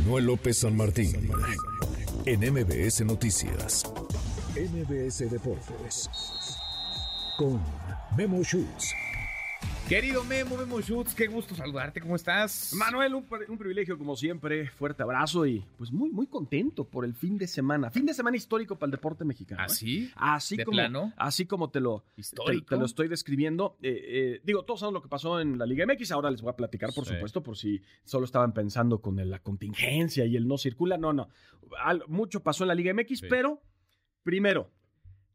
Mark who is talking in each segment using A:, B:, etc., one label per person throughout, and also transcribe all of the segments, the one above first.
A: Manuel López San Martín en MBS Noticias. MBS Deportes con Memo Schutz.
B: Querido Memo, Memo Schutz, qué gusto saludarte, ¿cómo estás?
C: Manuel, un, pri- un privilegio como siempre, fuerte abrazo y pues muy, muy contento por el fin de semana. Fin de semana histórico para el deporte mexicano. ¿eh?
B: ¿Así?
C: Así
B: ¿De
C: como,
B: plano?
C: Así como te lo, te-
B: ¿Histórico?
C: te lo estoy describiendo. Eh, eh, digo, todos saben lo que pasó en la Liga MX, ahora les voy a platicar, por
B: Sí.
C: supuesto, por si solo estaban pensando con el- la contingencia y el no circula. No, no. Al- mucho pasó en la Liga MX,
B: Sí.
C: pero primero,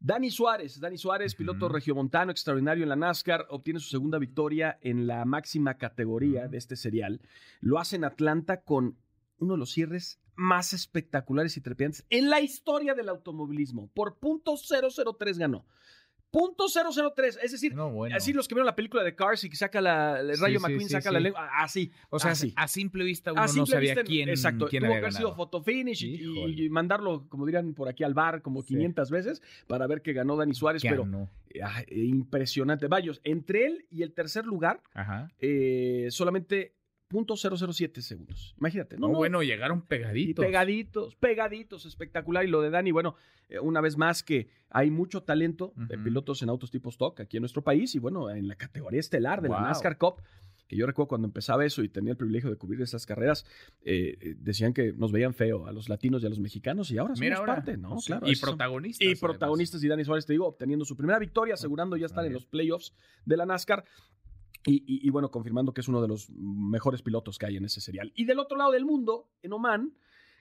C: Dani Suárez, Dani Suárez, piloto
B: Ujú.
C: regiomontano extraordinario en la NASCAR, obtiene su segunda victoria en la máxima categoría
B: Ujú.
C: de este serial. Lo hace en Atlanta con uno de los cierres más espectaculares y trepidantes en la historia del automovilismo. Por .003 ganó. .003, es decir,
B: No, bueno.
C: así los que vieron la película de Cars y que saca la, el
B: Sí,
C: Rayo
B: sí, sí,
C: McQueen, saca
B: sí.
C: la lengua, así.
B: o sea,
C: así.
B: a simple vista uno
C: A
B: no
C: simple
B: sabía
C: vista,
B: quién,
C: exacto,
B: quién
C: tuvo
B: había
C: que haber
B: ganado.
C: sido photofinish y- y,
B: Híjole.
C: y mandarlo, como dirían por aquí, al bar como
B: Sí.
C: 500 veces para ver que ganó Dani Suárez, pero
B: Ganó.
C: eh, ah, eh, impresionante. Vayos, entre él y el tercer lugar,
B: Ajá.
C: eh, solamente .007 segundos. Imagínate.
B: No,
C: No, no,
B: bueno, llegaron
C: y
B: pegaditos.
C: pegaditos, pegaditos, espectacular. Y lo de Dani, bueno, eh, una vez más que hay mucho talento de
B: Ujú.
C: pilotos en autos tipo stock aquí en nuestro país y bueno, en la categoría estelar de
B: Wow.
C: la NASCAR Cup, que yo recuerdo cuando empezaba eso y tenía el privilegio de cubrir esas carreras, eh, eh, decían que nos veían feo a los latinos y a los mexicanos y ahora somos
B: Mira ahora.
C: parte, ¿no?
B: Sí,
C: Claro.
B: y
C: esos son-
B: protagonistas.
C: y
B: además.
C: protagonistas y Dani Suárez, te digo, obteniendo su primera victoria, asegurando ya estar en
B: Ajá.
C: los playoffs de la NASCAR. Y, y- y bueno, confirmando que es uno de los mejores pilotos que hay en ese serial. Y del otro lado del mundo, en Oman,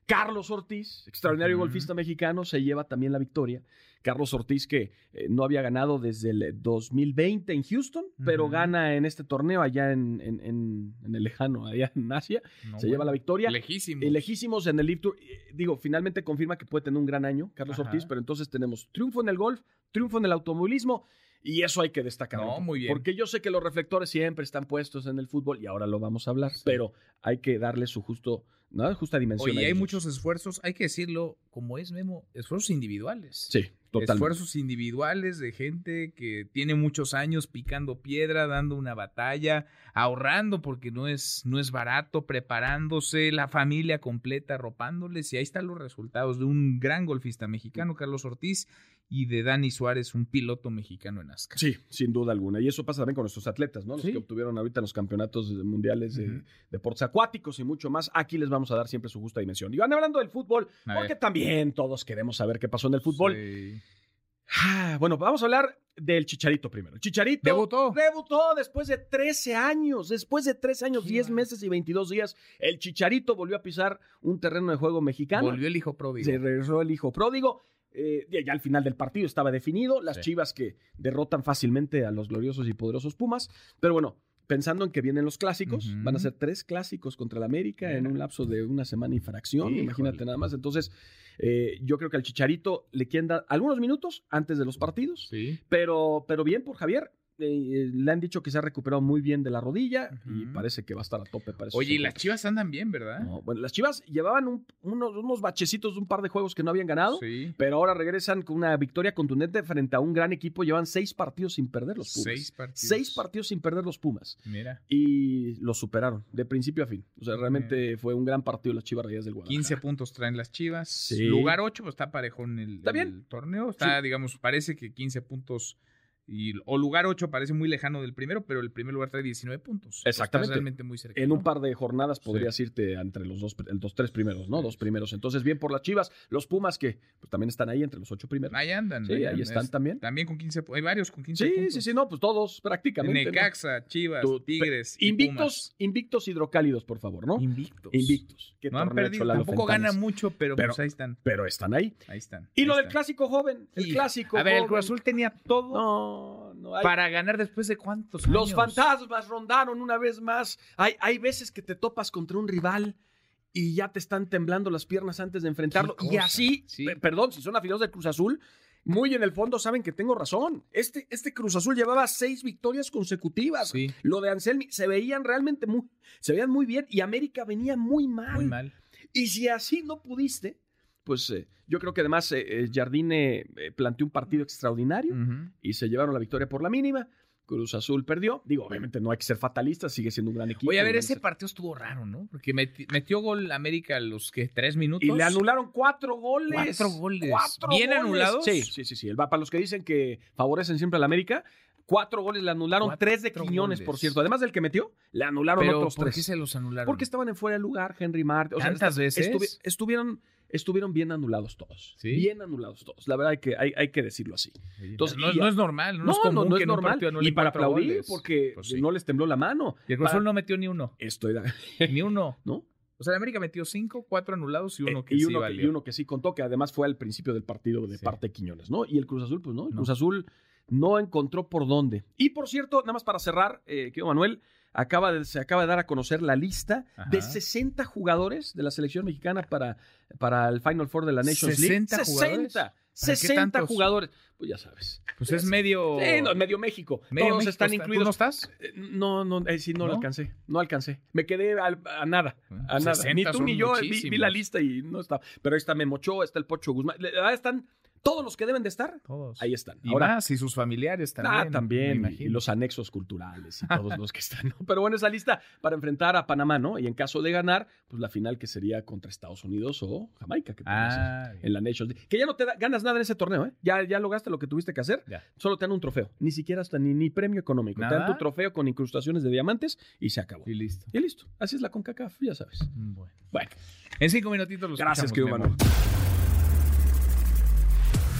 C: Carlos Ortiz, extraordinario
B: Ujú.
C: golfista mexicano, se lleva también la victoria. Carlos Ortiz que eh, no había ganado desde el 2020 en Houston, pero
B: Ujú.
C: gana en este torneo allá en, en- en- en el lejano, allá en Asia.
B: No,
C: se lleva
B: bueno.
C: la victoria.
B: Lejísimos.
C: Eh, lejísimos en el Live Tour. Eh, Digo, finalmente confirma que puede tener un gran año Carlos
B: Ajá.
C: Ortiz, pero entonces tenemos triunfo en el golf, triunfo en el automovilismo y eso hay que destacar.
B: No,
C: Beto,
B: muy bien.
C: Porque yo sé que los reflectores siempre están puestos en el fútbol y ahora lo vamos a hablar, pero hay que darle su justo, ¿no? justa dimensión.
B: Oye,
C: a
B: hay
C: ellos.
B: muchos esfuerzos, hay que decirlo como es, Memo, esfuerzos individuales.
C: Sí, totalmente.
B: Esfuerzos individuales de gente que tiene muchos años picando piedra, dando una batalla, ahorrando porque no es, no es barato, preparándose, la familia completa, arropándoles. Y ahí están los resultados de un gran golfista mexicano, Carlos Ortiz, y de Dani Suárez, un piloto mexicano en Asca.
C: Sí, sin duda alguna. Y eso pasa también con nuestros atletas, ¿no? Los
B: Sí.
C: que obtuvieron ahorita los campeonatos mundiales de
B: Ujú.
C: deportes acuáticos y mucho más. Aquí les vamos a dar siempre su justa dimensión. Y van hablando del fútbol,
B: A
C: porque
B: ver.
C: también todos queremos saber qué pasó en el fútbol.
B: Sí.
C: Ah, Bueno, vamos a hablar del Chicharito primero. El Chicharito
B: Debutó.
C: debutó después de 13 años, después de 13 años,
B: Qué
C: 10
B: bárbaro.
C: meses y 22 días, el Chicharito volvió a pisar un terreno de juego mexicano.
B: Volvió el hijo pródigo.
C: Se regresó el hijo pródigo. eh, ya al final del partido estaba definido. Las
B: Sí.
C: chivas que derrotan fácilmente a los gloriosos y poderosos Pumas. Pero bueno, pensando en que vienen los clásicos,
B: Ujú.
C: van a ser tres clásicos contra el América en
B: Mira.
C: un lapso de una semana y fracción.
B: Híjole.
C: Imagínate nada más. Entonces, eh, yo creo que al Chicharito le quieren dar algunos minutos antes de los partidos.
B: Sí.
C: Pero, pero bien por Javier. eh, eh, le han dicho que se ha recuperado muy bien de la rodilla y
B: Ujú.
C: parece que va a estar a tope para esos
B: Oye, y las
C: encuentros.
B: chivas andan bien, ¿verdad?
C: No, bueno, las Chivas llevaban un- unos, unos bachecitos de un par de juegos que no habían ganado,
B: Sí.
C: pero ahora regresan con una victoria contundente frente a un gran equipo. Llevan seis partidos sin perder los Pumas.
B: Seis partidos.
C: Seis partidos sin perder los Pumas.
B: Mira.
C: Y los superaron de principio a fin. O sea,
B: Mm.
C: realmente fue un gran partido las Chivas Reyes del Guadalajara.
B: 15 puntos traen las Chivas.
C: Sí.
B: Lugar 8, está parejo en el,
C: Está bien.
B: el torneo. Está, digamos, parece que 15 puntos. Y, o lugar 8 parece muy lejano del primero, pero el primer lugar trae 19 puntos. Entonces,
C: Exactamente.
B: Estás realmente muy cerca.
C: En un
B: ¿no?
C: par de jornadas podrías irte entre los dos, los tres primeros, ¿no?
B: Sí.
C: Dos primeros. Entonces, bien por las Chivas. Los Pumas que pues, también están ahí entre los ocho primeros.
B: Ahí andan.
C: sí, ahí
B: andan.
C: están
B: Es-
C: también.
B: También con 15 pu- Hay varios con 15
C: Sí,
B: puntos.
C: sí, sí, no, pues todos prácticamente. ¿no?
B: Necaxa, Chivas,
C: Tú- pe-
B: Tigres. y
C: Invictos, invictos hidrocálidos, por favor, ¿no?
B: Pumas. Invictos.
C: Invictos. Qué
B: No han
C: torneo
B: perdido.
C: Cholalo
B: Tampoco
C: Fentanes.
B: ganan mucho, pero,
C: Pero-
B: pues ahí están.
C: Pero están ahí.
B: Ahí están.
C: Y
B: ahí
C: lo del
B: están.
C: clásico joven. El
B: Hijo.
C: clásico
B: A ver, el
C: joven.
B: Cruz Azul tenía todo
C: No, no hay.
B: para ganar después de cuántos años.
C: Los fantasmas rondaron una vez más. Hay, hay veces que te topas contra un rival y ya te están temblando las piernas antes de enfrentarlo.
B: Qué
C: Y
B: cosa,
C: así,
B: sí.
C: pe- perdón, si son aficionados del Cruz Azul, muy en el fondo saben que tengo razón. Este, este Cruz Azul llevaba seis victorias consecutivas.
B: Sí.
C: Lo de Anselmi se veían realmente muy, se veían muy bien y América venía muy mal.
B: Muy mal.
C: Y si así no pudiste, pues eh, yo creo que además eh, eh, Jardine eh, planteó un partido extraordinario
B: Ujú.
C: y se llevaron la victoria por la mínima. Cruz Azul perdió. Digo, obviamente no hay que ser fatalistas, sigue siendo un gran equipo.
B: Oye, a ver,
C: Van
B: ese
C: ser-
B: partido estuvo raro, ¿no? Porque meti- metió gol América a los que tres minutos.
C: Y le anularon cuatro goles.
B: Cuatro goles.
C: Cuatro
B: ¿Bien
C: goles.
B: anulados?
C: Sí, sí, sí. sí. El, va- para los que dicen que favorecen siempre al América, cuatro goles le anularon.
B: Cuatro
C: tres de Quiñones,
B: goles.
C: por cierto. Además del que metió, le anularon
B: Pero
C: otros
B: ¿por
C: tres.
B: qué se los anularon?
C: Porque estaban en fuera de lugar, Henry Martin. O sea,
B: tantas veces.
C: estuvi- estuvieron, estuvieron bien anulados todos.
B: Sí.
C: Bien anulados todos. La verdad hay que, hay, hay que decirlo así. Entonces,
B: no,
C: y-
B: no es normal, no, es
C: no,
B: común
C: no
B: que
C: es
B: en un
C: normal.
B: partido anulen
C: Y para
B: cuatro
C: aplaudir,
B: goles.
C: porque
B: Pues sí.
C: no les tembló la mano.
B: Y el Cruz
C: Para-
B: Azul no metió ni uno,
C: Estoy de-
B: ni uno.
C: ¿No?
B: O sea, el América metió cinco, cuatro anulados y uno
C: Eh,
B: que
C: y
B: sí
C: uno que-
B: valió.
C: y uno que sí contó, que además fue al principio del partido de
B: Sí.
C: parte de Quiñones, ¿no? Y el Cruz Azul, pues no, el
B: No.
C: Cruz Azul no encontró por dónde. Y por cierto, nada más para cerrar, eh, querido Manuel, acaba de, se acaba de dar a conocer la lista
B: Ajá.
C: de 60 jugadores de la selección mexicana para, para el Final Four de la Nations
B: ¿60
C: League.
B: jugadores?
C: 60,
B: qué
C: 60
B: tantos?
C: jugadores. Pues ya sabes.
B: Pues es medio...
C: Sí, no, medio México.
B: medio
C: Todos
B: México está-
C: están
B: ¿tú
C: incluidos.
B: no estás?
C: Eh, No, no, eh, sí, no, lo
B: ¿No?
C: alcancé. No alcancé. Me quedé al- a nada. Pues, A Ah, nada.
B: 60
C: Ni tú
B: son
C: ni yo eh, vi- vi, la
B: muchísimos.
C: lista y no estaba. Pero ahí está Memo Ochoa, está el Pocho Guzmán. Le- ah, están todos los que deben de estar.
B: Todos.
C: Ahí están.
B: Y
C: Ahora,
B: más, y sus familiares también.
C: ah, también.
B: me
C: y- y
B: imagino.
C: los anexos culturales y todos los que están. ¿no? Pero bueno, esa lista para enfrentar a Panamá, ¿no? Y en caso de ganar, pues la final que sería contra Estados Unidos o Jamaica, que podría ser
B: Ah, bien.
C: en la Nations League. Que ya no te da- ganas nada en ese torneo, ¿eh? Ya, ya lograste lo que tuviste que hacer.
B: Ya.
C: Solo te dan un trofeo. Ni siquiera hasta ni, ni premio económico. Te dan
B: ¿Nada?
C: tu trofeo con incrustaciones de diamantes y se acabó.
B: y listo. Mm,
C: Y listo. Así es la CONCACAF, ya sabes.
B: Bueno.
C: Bueno,
B: En cinco minutitos los
C: gracias,
B: escuchamos,
C: querido
B: Memo.
C: Manuel.